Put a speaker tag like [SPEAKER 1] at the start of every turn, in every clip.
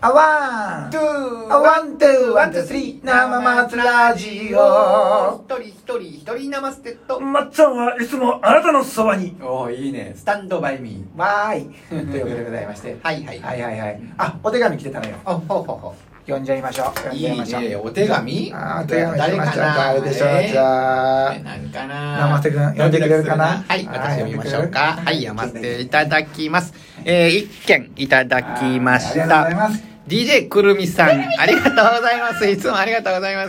[SPEAKER 1] あワン、
[SPEAKER 2] トゥー
[SPEAKER 1] あワン、ツー、ワン、ツー、スリー、生松ラジオ。
[SPEAKER 2] 一人一人一人生ステッド
[SPEAKER 3] まっちゃんはいつもあなたのそばに。
[SPEAKER 2] おおいいねスタンドバイミ
[SPEAKER 1] わーい。 というわけでございまして
[SPEAKER 2] ー。はいはい
[SPEAKER 1] はいはいはい。あ、お手紙来てたのよ。
[SPEAKER 2] あほうほうほ
[SPEAKER 1] 読んじゃいましょう。読
[SPEAKER 2] うんい
[SPEAKER 1] じゃい
[SPEAKER 2] い
[SPEAKER 1] ましょう。
[SPEAKER 2] ねお手紙
[SPEAKER 1] あー、お手紙来ました。誰
[SPEAKER 2] 誰
[SPEAKER 1] でしょう、じゃあ。
[SPEAKER 2] なんかな
[SPEAKER 1] 生瀬君呼んでくれるかな
[SPEAKER 2] はい、
[SPEAKER 1] はい
[SPEAKER 2] 私読みましょうか。はい、読ませていただきます。
[SPEAKER 1] い
[SPEAKER 2] えー、一件いただきまし
[SPEAKER 1] あーありが
[SPEAKER 2] た。
[SPEAKER 1] とうございます。
[SPEAKER 2] DJ くるみさん、ありがとうございます。いつもありがとうございます。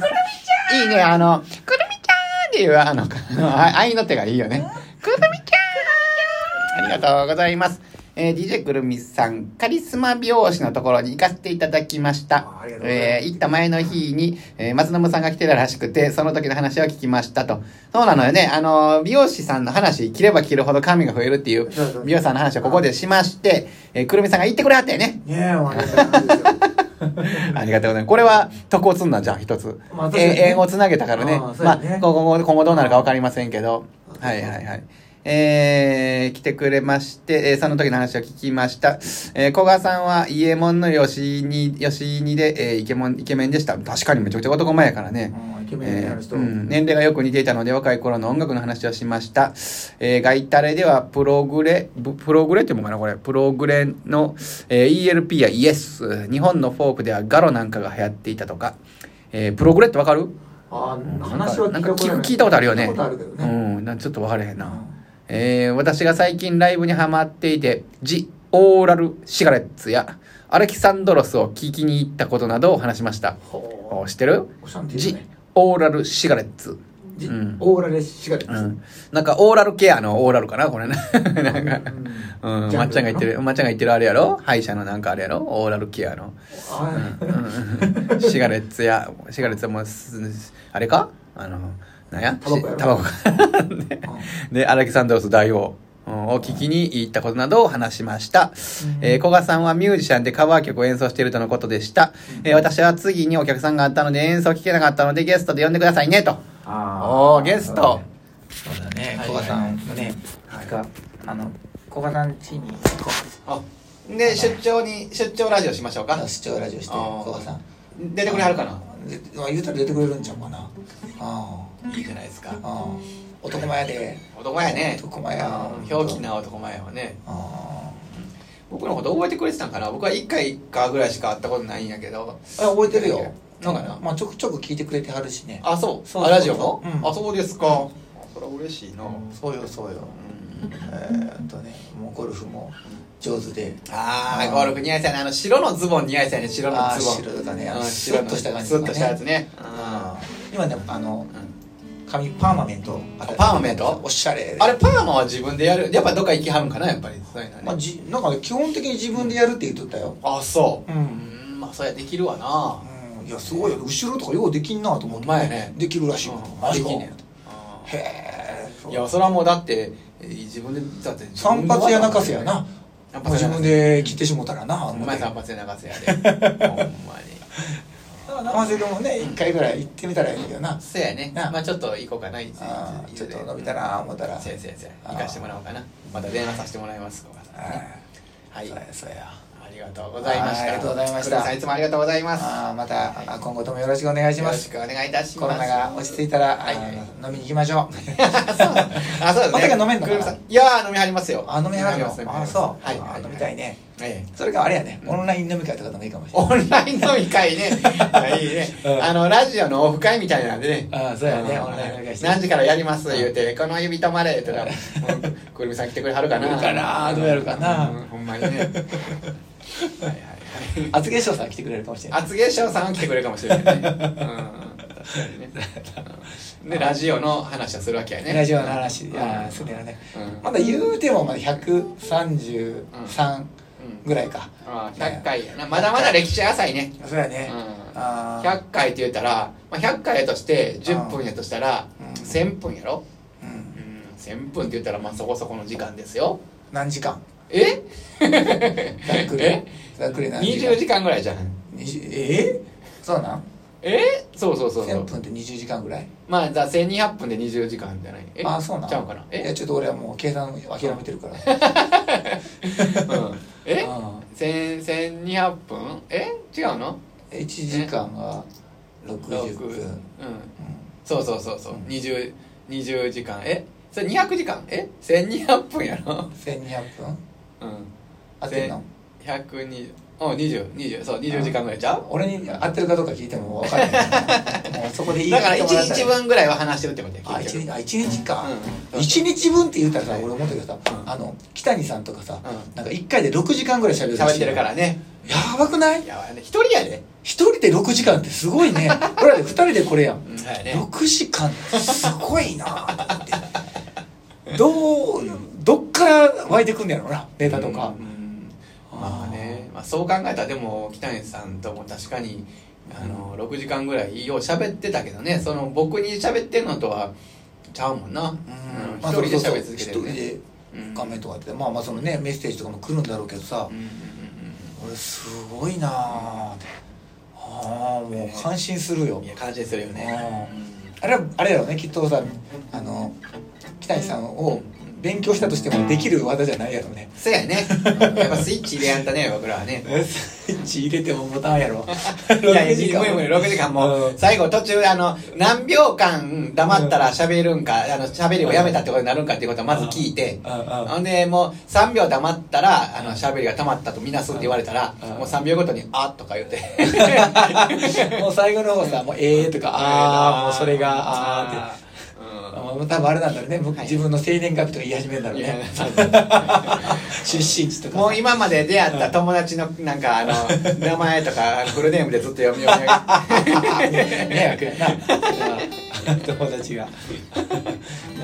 [SPEAKER 2] いいね、あの、くるみちゃんっていう、あの、 あのあ愛の手がいいよね。くるみちゃんありがとうございます。えー、DJ くるみさん、カリスマ美容師のところに行かせていただきました
[SPEAKER 1] あありがとう。ございます
[SPEAKER 2] えー、行った前の日に、えー松信さんが来てたらしくて、その時の話を聞きましたと。そうなのよね。あの、美容師さんの話、切れば切るほど髪が増えるっていう
[SPEAKER 1] そうそう、
[SPEAKER 2] 美容師さんの話をここでしまして、えーくるみさんが行ってくれはったよね。
[SPEAKER 1] ねえ、おありがとうございます。
[SPEAKER 2] ありがとうございます。これは得を積んだんじゃん、一つ。
[SPEAKER 1] まあ確かにね
[SPEAKER 2] え英語をつなげたからね。
[SPEAKER 1] ああそう
[SPEAKER 2] ま
[SPEAKER 1] や
[SPEAKER 2] あ、
[SPEAKER 1] ね
[SPEAKER 2] 今後、今後どうなるかわかりませんけど。
[SPEAKER 1] あ
[SPEAKER 2] はいはいはい。えー、来てくれまして、えーその時の話を聞きました。えー、古賀さんは、伊右衛門の吉に、吉にで、えーイケモン、イケメンでした。確かにめちゃくちゃ男前やからね。
[SPEAKER 1] うんイケメンにな
[SPEAKER 2] え
[SPEAKER 1] る
[SPEAKER 2] ー
[SPEAKER 1] 人。
[SPEAKER 2] うん、年齢がよく似ていたので若い頃の音楽の話をしました、えー、ガイタレではプログレぶプログレっていうのかなこれプログレの、えー ELP やイエス日本のフォークではガロなんかが流行っていたとか、えープログレってわかる
[SPEAKER 1] あー、話は
[SPEAKER 2] な
[SPEAKER 1] 聞
[SPEAKER 2] ん
[SPEAKER 1] いたこと
[SPEAKER 2] かなんか聞
[SPEAKER 1] ある。
[SPEAKER 2] く聞いたことあるよね
[SPEAKER 1] 聞いたことあるけど
[SPEAKER 2] う
[SPEAKER 1] ね。
[SPEAKER 2] んなんかちょっと分かれへんな、
[SPEAKER 1] うん
[SPEAKER 2] えー私が最近ライブにハマっていてジ・オーラル・シガレッツやアレキサンドロスを聴きに行ったことなどを話しました
[SPEAKER 1] ほ
[SPEAKER 2] お知ってる
[SPEAKER 1] う。おしゃんていう
[SPEAKER 2] ジ
[SPEAKER 1] ね。・
[SPEAKER 2] オーラル・シガレッツ
[SPEAKER 1] じ
[SPEAKER 2] うん
[SPEAKER 1] オーラレシガレット
[SPEAKER 2] う
[SPEAKER 1] です。
[SPEAKER 2] んなんかオーラルケアのオーラルかなこれねなんか、うん、まっ
[SPEAKER 1] ジ
[SPEAKER 2] ち
[SPEAKER 1] ャ
[SPEAKER 2] ゃ
[SPEAKER 1] ン
[SPEAKER 2] ん
[SPEAKER 1] ル
[SPEAKER 2] が言ってるまっちゃんが言ってるあれやろ歯医者のなんかあれやろオーラルケアの、
[SPEAKER 1] あ
[SPEAKER 2] うんシガレッツやシガレッツはもうすあれかあのなんや
[SPEAKER 1] タバコやろ
[SPEAKER 2] しタバコかででアレキサンドロス大王うんを聞きに行ったことなどを話しました。えー、古賀さんはミュージシャンでカバー曲を演奏しているとのことでした。えー私は次にお客さんがあったので演奏聞けなかったのでゲストで呼んでくださいね、と。お
[SPEAKER 1] あ
[SPEAKER 2] ー、ゲスト。
[SPEAKER 4] そうだね
[SPEAKER 1] はい
[SPEAKER 4] 古賀さんのねいつかあの古賀さん家に
[SPEAKER 2] あで出張に出張ラジオしましょうか
[SPEAKER 4] 出張ラジオして
[SPEAKER 2] あー
[SPEAKER 4] 古賀さん
[SPEAKER 2] 出てくれはるかな
[SPEAKER 4] でまあ言うたら出てくれるんちゃうかなあ
[SPEAKER 2] いいじゃないですか
[SPEAKER 4] あああ男前やで
[SPEAKER 2] 男前やね
[SPEAKER 4] 男前や
[SPEAKER 2] うんひょうきんな男前はね
[SPEAKER 4] あ
[SPEAKER 2] 僕のこと覚えてくれてたんかな僕は1回かぐらいしか会ったことないんやけど
[SPEAKER 4] ああ覚えてるよ
[SPEAKER 2] そうかな
[SPEAKER 4] まあちょくちょく聞いてくれてはるしね
[SPEAKER 2] あそう
[SPEAKER 4] そうそう
[SPEAKER 2] あラジオの、
[SPEAKER 4] うん
[SPEAKER 2] あそうですかあそれは嬉しいな、
[SPEAKER 4] そうよそうよえーっとねもうゴルフも上手で
[SPEAKER 2] ああゴルフ似合いそうやねあの白のズボン似合いそうやね白の
[SPEAKER 4] あー
[SPEAKER 2] ズボン
[SPEAKER 4] 白だね
[SPEAKER 2] うん
[SPEAKER 4] スッとした感じの
[SPEAKER 2] スッ
[SPEAKER 4] ね
[SPEAKER 2] としたやつねあ
[SPEAKER 4] あー今ねあの髪パーマメント
[SPEAKER 2] あパーマメント
[SPEAKER 4] おしゃれで
[SPEAKER 2] あれパーマは自分でやるやっぱどっか行きはるんかなやっぱりそういうのはね
[SPEAKER 4] まあ、じなんかね基本的に自分でやるって言っとったよ
[SPEAKER 2] あそう
[SPEAKER 4] う
[SPEAKER 2] うんんまあそれできるわな
[SPEAKER 4] うんいやすごいよ後ろとかようできんなと思って、
[SPEAKER 2] ほんまやね
[SPEAKER 4] できるらしい、マジ
[SPEAKER 2] で
[SPEAKER 4] か
[SPEAKER 2] きんね
[SPEAKER 4] へえ
[SPEAKER 2] んいやそれはもうだってえー自分でだって
[SPEAKER 4] 散髪や泣かせやな
[SPEAKER 2] 散
[SPEAKER 4] もう
[SPEAKER 2] 髪
[SPEAKER 4] 自
[SPEAKER 2] や
[SPEAKER 4] 分
[SPEAKER 2] 泣かせ
[SPEAKER 4] で切ってしもたらな
[SPEAKER 2] お
[SPEAKER 4] ほんま
[SPEAKER 2] 前
[SPEAKER 4] に
[SPEAKER 2] 散髪や泣かせ やでほんまに
[SPEAKER 4] 生瀬君もね一回ぐらい行ってみたらいいけどな
[SPEAKER 2] そうやね
[SPEAKER 4] な
[SPEAKER 2] まあちょっと行こうかないつ
[SPEAKER 4] あー
[SPEAKER 2] い
[SPEAKER 4] ちょ
[SPEAKER 2] つ
[SPEAKER 4] っと伸びたな思ったら
[SPEAKER 2] そうやそうやそうや
[SPEAKER 4] あー
[SPEAKER 2] 行かしてもらおうかなまた電話させてもらいます小川さんは
[SPEAKER 4] はい
[SPEAKER 2] い
[SPEAKER 4] そうやそうや
[SPEAKER 2] ありがとうございま
[SPEAKER 4] あ
[SPEAKER 2] した
[SPEAKER 4] ーありがとうございました
[SPEAKER 2] 黒田さんいつもありがとうございます
[SPEAKER 4] あーまたあ今後ともよろしくお願いし
[SPEAKER 2] よ
[SPEAKER 4] ま
[SPEAKER 2] ろ
[SPEAKER 4] す
[SPEAKER 2] しくお願いいたします
[SPEAKER 4] コロナが落ち着いたら、あ
[SPEAKER 2] はいはい
[SPEAKER 4] の飲みに行きましょう
[SPEAKER 2] あそうだ
[SPEAKER 4] ま
[SPEAKER 2] ね
[SPEAKER 4] たが飲めんのかな
[SPEAKER 2] 黒田さいやー飲みはりますよ
[SPEAKER 4] あ飲みはるよ
[SPEAKER 2] ます飲みはり
[SPEAKER 4] あ
[SPEAKER 2] ます
[SPEAKER 4] そう、
[SPEAKER 2] はい
[SPEAKER 4] あ飲みたいね
[SPEAKER 2] ええ
[SPEAKER 4] それかあれやねオンライン飲み会とかでもいいかもしれない
[SPEAKER 2] オンライン飲み会ね。いいね。
[SPEAKER 4] うん
[SPEAKER 2] あの、ラジオのオフ会みたいなんでね。
[SPEAKER 4] あそうやね
[SPEAKER 2] ん
[SPEAKER 4] オンライン飲み会して
[SPEAKER 2] 何時からやります言うて、この指止まれって言ったら、うんくるみさん来てくれはるかな。
[SPEAKER 4] 来るかなどうやるかな
[SPEAKER 2] うんほんまにね。はいはいはい。
[SPEAKER 4] 厚化粧さん来てくれるかもしれない
[SPEAKER 2] 厚化粧さんは来てくれるかもしれないね。うん確か にねうんで、ラジオの話をするわけやね。
[SPEAKER 4] ラジオの話、
[SPEAKER 2] う
[SPEAKER 4] い
[SPEAKER 2] ん
[SPEAKER 4] やーそうだよね、
[SPEAKER 2] うん
[SPEAKER 4] まだ言うてもまだ133ぐらいか、
[SPEAKER 2] あー100回やな。まだまだ歴史浅いね。
[SPEAKER 4] そうや
[SPEAKER 2] う
[SPEAKER 4] ね、
[SPEAKER 2] ん
[SPEAKER 4] ああ
[SPEAKER 2] 100回って言ったら、まあ、100回やとして10分やとしたら
[SPEAKER 4] うん
[SPEAKER 2] 1000分やろ、
[SPEAKER 4] うん
[SPEAKER 2] うん、1000分って言ったらまあそこそこの時間ですよ
[SPEAKER 4] 何時間
[SPEAKER 2] え
[SPEAKER 4] ざっくり
[SPEAKER 2] え
[SPEAKER 4] ざっくり何時間
[SPEAKER 2] 20時間ぐらいじゃん
[SPEAKER 4] 20えー、そうなん
[SPEAKER 2] えそうそうそうそ
[SPEAKER 4] 1000
[SPEAKER 2] う
[SPEAKER 4] 分って20時間ぐらい
[SPEAKER 2] まあじゃあ1200分で20時間じゃないえ
[SPEAKER 4] ああそうなん
[SPEAKER 2] ちゃうかない
[SPEAKER 4] や
[SPEAKER 2] え
[SPEAKER 4] ちょっと俺はもう計算諦めてるから
[SPEAKER 2] うんえ
[SPEAKER 4] うん
[SPEAKER 2] 千千二百分え違うの
[SPEAKER 4] 1時間が60
[SPEAKER 2] 六うん
[SPEAKER 4] 分、
[SPEAKER 2] そうそうそうそう
[SPEAKER 4] うん
[SPEAKER 2] 二十二十時間えそれ二百時間え千二百分やろ
[SPEAKER 4] 1200分
[SPEAKER 2] うん
[SPEAKER 4] 合ってんの
[SPEAKER 2] 百二うん二十二十そう二十時間ぐらいちゃう
[SPEAKER 4] 俺に合ってるかどうか聞いても分かん ないもうそこでいい
[SPEAKER 2] だから一
[SPEAKER 4] 一
[SPEAKER 2] 日分ぐらいは話してるってことや
[SPEAKER 4] あ一
[SPEAKER 2] 結
[SPEAKER 4] 日
[SPEAKER 2] 局
[SPEAKER 4] あ一日か
[SPEAKER 2] うん
[SPEAKER 4] 一日分って言うたらさ
[SPEAKER 2] はい
[SPEAKER 4] 俺思ったけどさ
[SPEAKER 2] うん
[SPEAKER 4] あの北谷さんとかさ
[SPEAKER 2] うん
[SPEAKER 4] なんか1回で6時間ぐらい喋るらしい
[SPEAKER 2] 喋ってるからね
[SPEAKER 4] やばくない
[SPEAKER 2] やばいね一人やで
[SPEAKER 4] 一人で6時間ってすごい ね俺らで2人でこれやん
[SPEAKER 2] うんはいね
[SPEAKER 4] 6時間ってすごいなと思ってどうどっから湧いてくんねやろなネタとか
[SPEAKER 2] うんうんまあね、まあ、そう考えたらでも北谷さんとも確かにあの6時間ぐらいよう喋ってたけどねその僕に喋ってんのとはちゃうもんな、うん
[SPEAKER 4] まあ
[SPEAKER 2] 一人で
[SPEAKER 4] そうそう
[SPEAKER 2] 喋り続けてるね
[SPEAKER 4] 一人で
[SPEAKER 2] うん
[SPEAKER 4] 画面とかってまあまあそのねメッセージとかも来るんだろうけどさ
[SPEAKER 2] うんうんうん
[SPEAKER 4] 俺すごいなあってああもう感心するよ
[SPEAKER 2] うんいや感心するよね
[SPEAKER 4] あれはあれだろうねきっとさあの北西さんを勉強したとしてもできる技じゃないやろうね
[SPEAKER 2] そうや ねうんやっぱスイッチ入れやんたね僕らはね
[SPEAKER 4] スイッチ入れてもボタンや ろ
[SPEAKER 2] いやいや、無理無理、6時間もう、最後途中、あの、何秒間黙ったら喋るんか、あの、喋りをやめたってことになるんかっていうことをまず聞いて、
[SPEAKER 4] うんうん
[SPEAKER 2] ほんで、もう3秒黙ったら、あの、喋りが止まったとみなすって言われたら、
[SPEAKER 4] うん
[SPEAKER 2] もう3秒ごとに、あとか言うて。
[SPEAKER 4] もう最後の方さ「もうええ」とか「ああもうそれがああ」って。
[SPEAKER 2] あ
[SPEAKER 4] もう多分あれなんだろうね、僕
[SPEAKER 2] はい
[SPEAKER 4] 自分の生年月日とか言い始めるんだろう
[SPEAKER 2] ー
[SPEAKER 4] ね
[SPEAKER 2] うんいや
[SPEAKER 4] 出身地とか
[SPEAKER 2] もう今まで出会った友達の、なんか、 あの、名前とか、フルネームでずっと読み読み上げて。
[SPEAKER 4] 迷惑やな友達がも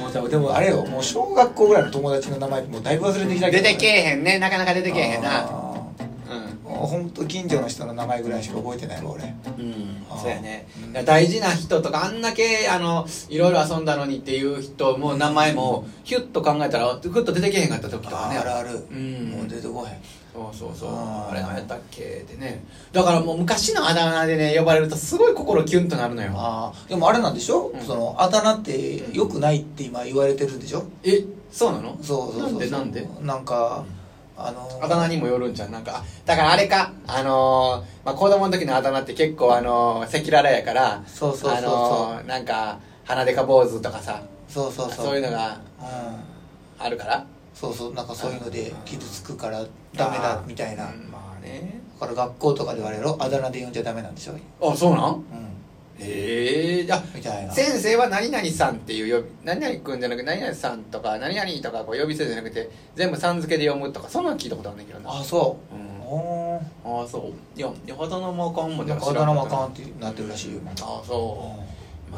[SPEAKER 4] う多分でもあれよもう小学校ぐらいの友達の名前もうだいぶ忘れてきたけ
[SPEAKER 2] 出
[SPEAKER 4] ど
[SPEAKER 2] てけえへんね、なかなか出てけえへん
[SPEAKER 4] あ
[SPEAKER 2] な。
[SPEAKER 4] ー
[SPEAKER 2] うん。
[SPEAKER 4] もうほんと近所の人の名前ぐらいしか覚えてないわ俺
[SPEAKER 2] うん
[SPEAKER 4] あー
[SPEAKER 2] そうやねだから大事な人とかあんだけあのいろいろ遊んだのにっていう人も名前もヒュッと考えたらふっと出てけへんかった時とかね
[SPEAKER 4] あるある、
[SPEAKER 2] うん
[SPEAKER 4] もう出てこへん
[SPEAKER 2] そうそうそう
[SPEAKER 4] あ
[SPEAKER 2] あ
[SPEAKER 4] ー
[SPEAKER 2] れ何やったっけってねだからもう昔のあだ名でね呼ばれるとすごい心キュンとなるのよ
[SPEAKER 4] ああでもあれなんでしょ、
[SPEAKER 2] うん
[SPEAKER 4] そのあだ名って良くないって今言われてるんでしょ、
[SPEAKER 2] えそうなの
[SPEAKER 4] そうそうそうそう
[SPEAKER 2] なんでなんで
[SPEAKER 4] なんか、あの
[SPEAKER 2] あだ名にもよるんじゃんなんかあだからあれかあのーまあ、子供の時のあだ名って結構あのー赤裸々やから
[SPEAKER 4] そうそうそうそう
[SPEAKER 2] あのーなんか鼻でか坊主とかさ
[SPEAKER 4] そうそうそう
[SPEAKER 2] そういう
[SPEAKER 4] うん
[SPEAKER 2] のがあるから
[SPEAKER 4] そうそうなんかそういうので傷つくからダメだみたいな、
[SPEAKER 2] うんまあね
[SPEAKER 4] だから学校とかで言われろあだ名で呼んじゃダメなんでしょ、うん、
[SPEAKER 2] あそうなんへえあ
[SPEAKER 4] みたいな
[SPEAKER 2] 先生は何々さんっていう呼び何々くんじゃなくて何々さんとか何々とかこう呼び捨てじゃなくて全部さん付けで読むとかそんなん聞いたことあるんだけどな
[SPEAKER 4] あそうう、
[SPEAKER 2] ん
[SPEAKER 4] おー
[SPEAKER 2] ああそういやいやあだ名もあかんもん
[SPEAKER 4] なんかあ
[SPEAKER 2] 知
[SPEAKER 4] だ
[SPEAKER 2] ら
[SPEAKER 4] 名
[SPEAKER 2] ん
[SPEAKER 4] もあ
[SPEAKER 2] った
[SPEAKER 4] かんってなってるらしいよまた
[SPEAKER 2] ああそうま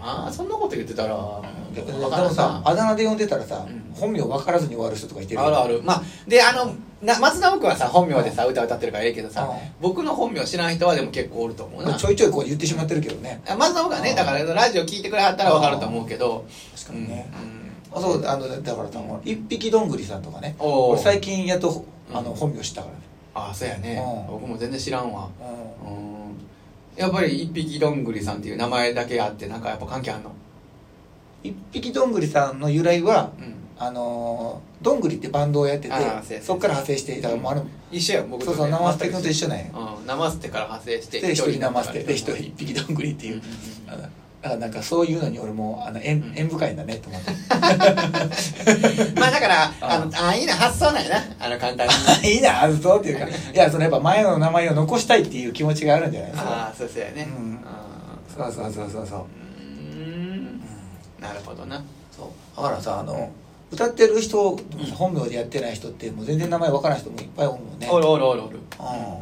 [SPEAKER 2] ああそんなこと言ってたら
[SPEAKER 4] でで
[SPEAKER 2] わ
[SPEAKER 4] も
[SPEAKER 2] からんな
[SPEAKER 4] さあだ名で呼んでたらさ、
[SPEAKER 2] うん
[SPEAKER 4] 本名分からずに終わる人とかいてる
[SPEAKER 2] あるあるまあであのな松田僕はさ本名でさ歌歌ってるからええけどさ
[SPEAKER 4] うん
[SPEAKER 2] 僕の本名知らん人はでも結構おると思うな
[SPEAKER 4] ちょいちょいこう言ってしまってるけどね
[SPEAKER 2] あ松田僕は
[SPEAKER 4] う
[SPEAKER 2] ね
[SPEAKER 4] ん
[SPEAKER 2] だからラジオ聞いてくれはったらわかると思うけど
[SPEAKER 4] 確かにね、
[SPEAKER 2] うん
[SPEAKER 4] あそうあのだからさもう一匹どんぐりさんとかね
[SPEAKER 2] おー
[SPEAKER 4] 俺最近やっとあの
[SPEAKER 2] うん
[SPEAKER 4] 本名知ったからね、
[SPEAKER 2] あそうやね
[SPEAKER 4] うん
[SPEAKER 2] 僕も全然知らんわうんやっぱり一匹どんぐりさんっていう名前だけあってなんかやっぱ関係あんの
[SPEAKER 4] 一匹どんぐりさんの由来は
[SPEAKER 2] うん
[SPEAKER 4] あのーどんぐりってバンドをやってて
[SPEAKER 2] あーそうや
[SPEAKER 4] そっから派生してだからもうあれも
[SPEAKER 2] 一緒やん僕
[SPEAKER 4] そうそう生捨て君と一緒なんや
[SPEAKER 2] 緒うん生捨てから派生して
[SPEAKER 4] で一人生捨てで一
[SPEAKER 2] う
[SPEAKER 4] 人
[SPEAKER 2] ん
[SPEAKER 4] 一匹どんぐりっていう、
[SPEAKER 2] うん
[SPEAKER 4] あのだからなんかそういうのに俺もあの縁,、
[SPEAKER 2] うん
[SPEAKER 4] 縁深いんだねと思って
[SPEAKER 2] まあだから
[SPEAKER 4] あ
[SPEAKER 2] あのあいいな発想ないなあの簡単に
[SPEAKER 4] いいなあそうっていう かいやそのやっぱ前の名前を残したいっていう気持ちがあるんじゃないですか
[SPEAKER 2] ああそうそうやね
[SPEAKER 4] うん
[SPEAKER 2] あ
[SPEAKER 4] そうそうそうそうそう
[SPEAKER 2] ーうーんなるほどな
[SPEAKER 4] そうだからさあの歌ってる人本名でやってない人ってもう全然名前わからない人もいっぱいおるもんね
[SPEAKER 2] おるおるおるおる
[SPEAKER 4] う
[SPEAKER 2] 本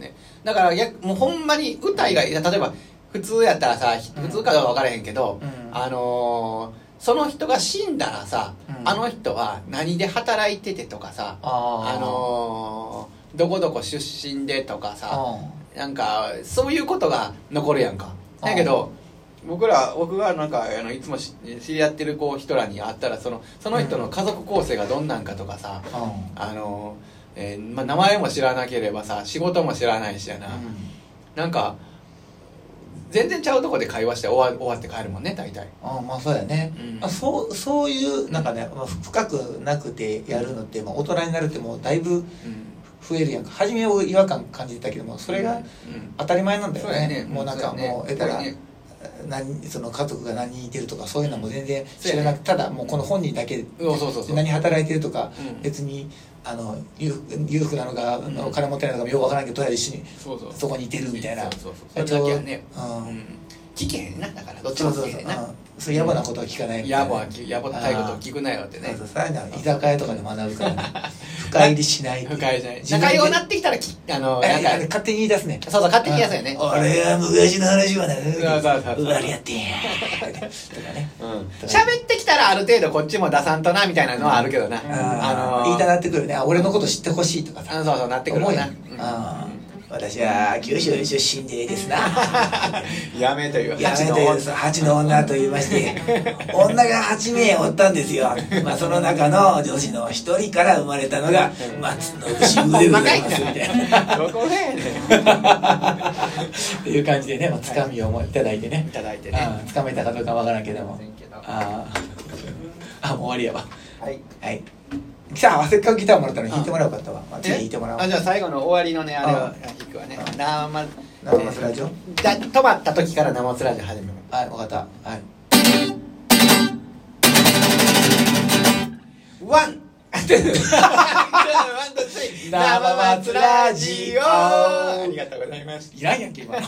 [SPEAKER 2] 名ねだからやもうほんまに歌以外例えば普通やったらさひ
[SPEAKER 4] うん
[SPEAKER 2] 普通かどうか分からへんけど、
[SPEAKER 4] うん
[SPEAKER 2] あのーその人が死んだらさ、
[SPEAKER 4] うん
[SPEAKER 2] あの人は何で働いててとかさあ
[SPEAKER 4] あー
[SPEAKER 2] のーどこどこ出身でとかさ
[SPEAKER 4] ん
[SPEAKER 2] なんかそういうことが残るやんかだけど僕ら僕がなんかあのいつもし知り合ってるこう人らに会ったらそのその人の家族構成がどんなんかとかさ、
[SPEAKER 4] う
[SPEAKER 2] あの、えーまあ、名前も知らなければさ仕事も知らないしやな、
[SPEAKER 4] ん
[SPEAKER 2] なんか全然ちゃうとこで会話して終わ終わって帰るもんね大体
[SPEAKER 4] ああまあそうやね、
[SPEAKER 2] うん
[SPEAKER 4] あそうそういうなんかね、まあ、深くなくてやるのって、まあ、大人になるってもうだいぶ
[SPEAKER 2] うん
[SPEAKER 4] 増えるやんか初めは違和感感じてたけどもそれが
[SPEAKER 2] うん
[SPEAKER 4] 当たり前なんだよ
[SPEAKER 2] そうや
[SPEAKER 4] ね,、
[SPEAKER 2] ね
[SPEAKER 4] もうなんか
[SPEAKER 2] そうやね
[SPEAKER 4] もう得たら、
[SPEAKER 2] そうやね
[SPEAKER 4] 何その家族が何人いてるとかそういうのも全然
[SPEAKER 2] そう
[SPEAKER 4] 知
[SPEAKER 2] やね
[SPEAKER 4] らなく、ただもうこの本人だけで
[SPEAKER 2] うんそうそうそう
[SPEAKER 4] 何働いてるとか、
[SPEAKER 2] うん
[SPEAKER 4] 別にあの裕福裕福なのか、
[SPEAKER 2] うん
[SPEAKER 4] お金持ってないのかよくわからんけどとりあえず一緒に
[SPEAKER 2] そうそう
[SPEAKER 4] そこにいてるみたいな
[SPEAKER 2] そうそうそうそれだけはね
[SPEAKER 4] うん
[SPEAKER 2] うん聞けへんなだからどっち
[SPEAKER 4] そう
[SPEAKER 2] も
[SPEAKER 4] そ
[SPEAKER 2] 聞
[SPEAKER 4] うそ
[SPEAKER 2] け
[SPEAKER 4] う、うんん
[SPEAKER 2] へな、
[SPEAKER 4] そう野暮なことは聞かないみた
[SPEAKER 2] や
[SPEAKER 4] いな
[SPEAKER 2] ぼはきやぼったいことを聞くなよってね
[SPEAKER 4] そうそうそういうのは居酒屋とかで学ぶからね深入りしないって
[SPEAKER 2] 不
[SPEAKER 4] いう
[SPEAKER 2] 快じゃない
[SPEAKER 4] 自分で
[SPEAKER 2] 仲良くなってきたらきあの
[SPEAKER 4] え
[SPEAKER 2] なんか
[SPEAKER 4] あれ勝手に言い出すね
[SPEAKER 2] そうそう勝手に言い出すよね
[SPEAKER 4] うん俺は昔の話はね
[SPEAKER 2] そうそうそうそう
[SPEAKER 4] わりやってんやとかね
[SPEAKER 2] 喋ってきたらある程度こっちも出さんとなみたいなのはあるけどな、
[SPEAKER 4] あ
[SPEAKER 2] あの
[SPEAKER 4] の
[SPEAKER 2] ー
[SPEAKER 4] 言いたなってくるねあ俺のこと知ってほしいとか
[SPEAKER 2] あ
[SPEAKER 4] さ
[SPEAKER 2] のそうそうなってくる
[SPEAKER 4] 思
[SPEAKER 2] わ
[SPEAKER 4] うや
[SPEAKER 2] なん
[SPEAKER 4] うん私は九州出身でです な
[SPEAKER 2] やめという
[SPEAKER 4] 八の女八の女と言いまして女が8名おったんですよ、まあ、その中の女子の一人から生まれたのが松信夫でございますみたいな
[SPEAKER 2] ど こがやね
[SPEAKER 4] っていう感じでね、まあ、つかみをもいただいてね
[SPEAKER 2] んいただいてね
[SPEAKER 4] ああつかめたかどうかわからんけども
[SPEAKER 2] すいませんけど
[SPEAKER 4] あああもう終わりやわ
[SPEAKER 2] はい
[SPEAKER 4] はいさあせっかくギターもらったのに弾いてもらうかったわ、まあ、次弾いてもらおう
[SPEAKER 2] あじゃあ最後の終わりのねあれを
[SPEAKER 4] あ
[SPEAKER 2] 弾くわね
[SPEAKER 4] あ
[SPEAKER 2] 生
[SPEAKER 4] 生松ラジオ
[SPEAKER 2] だ止まった時から生つラジオ始める
[SPEAKER 4] はい分かったはい
[SPEAKER 2] ワンワンとツー生松ラジオありがとうございました
[SPEAKER 4] いらんやんけ今の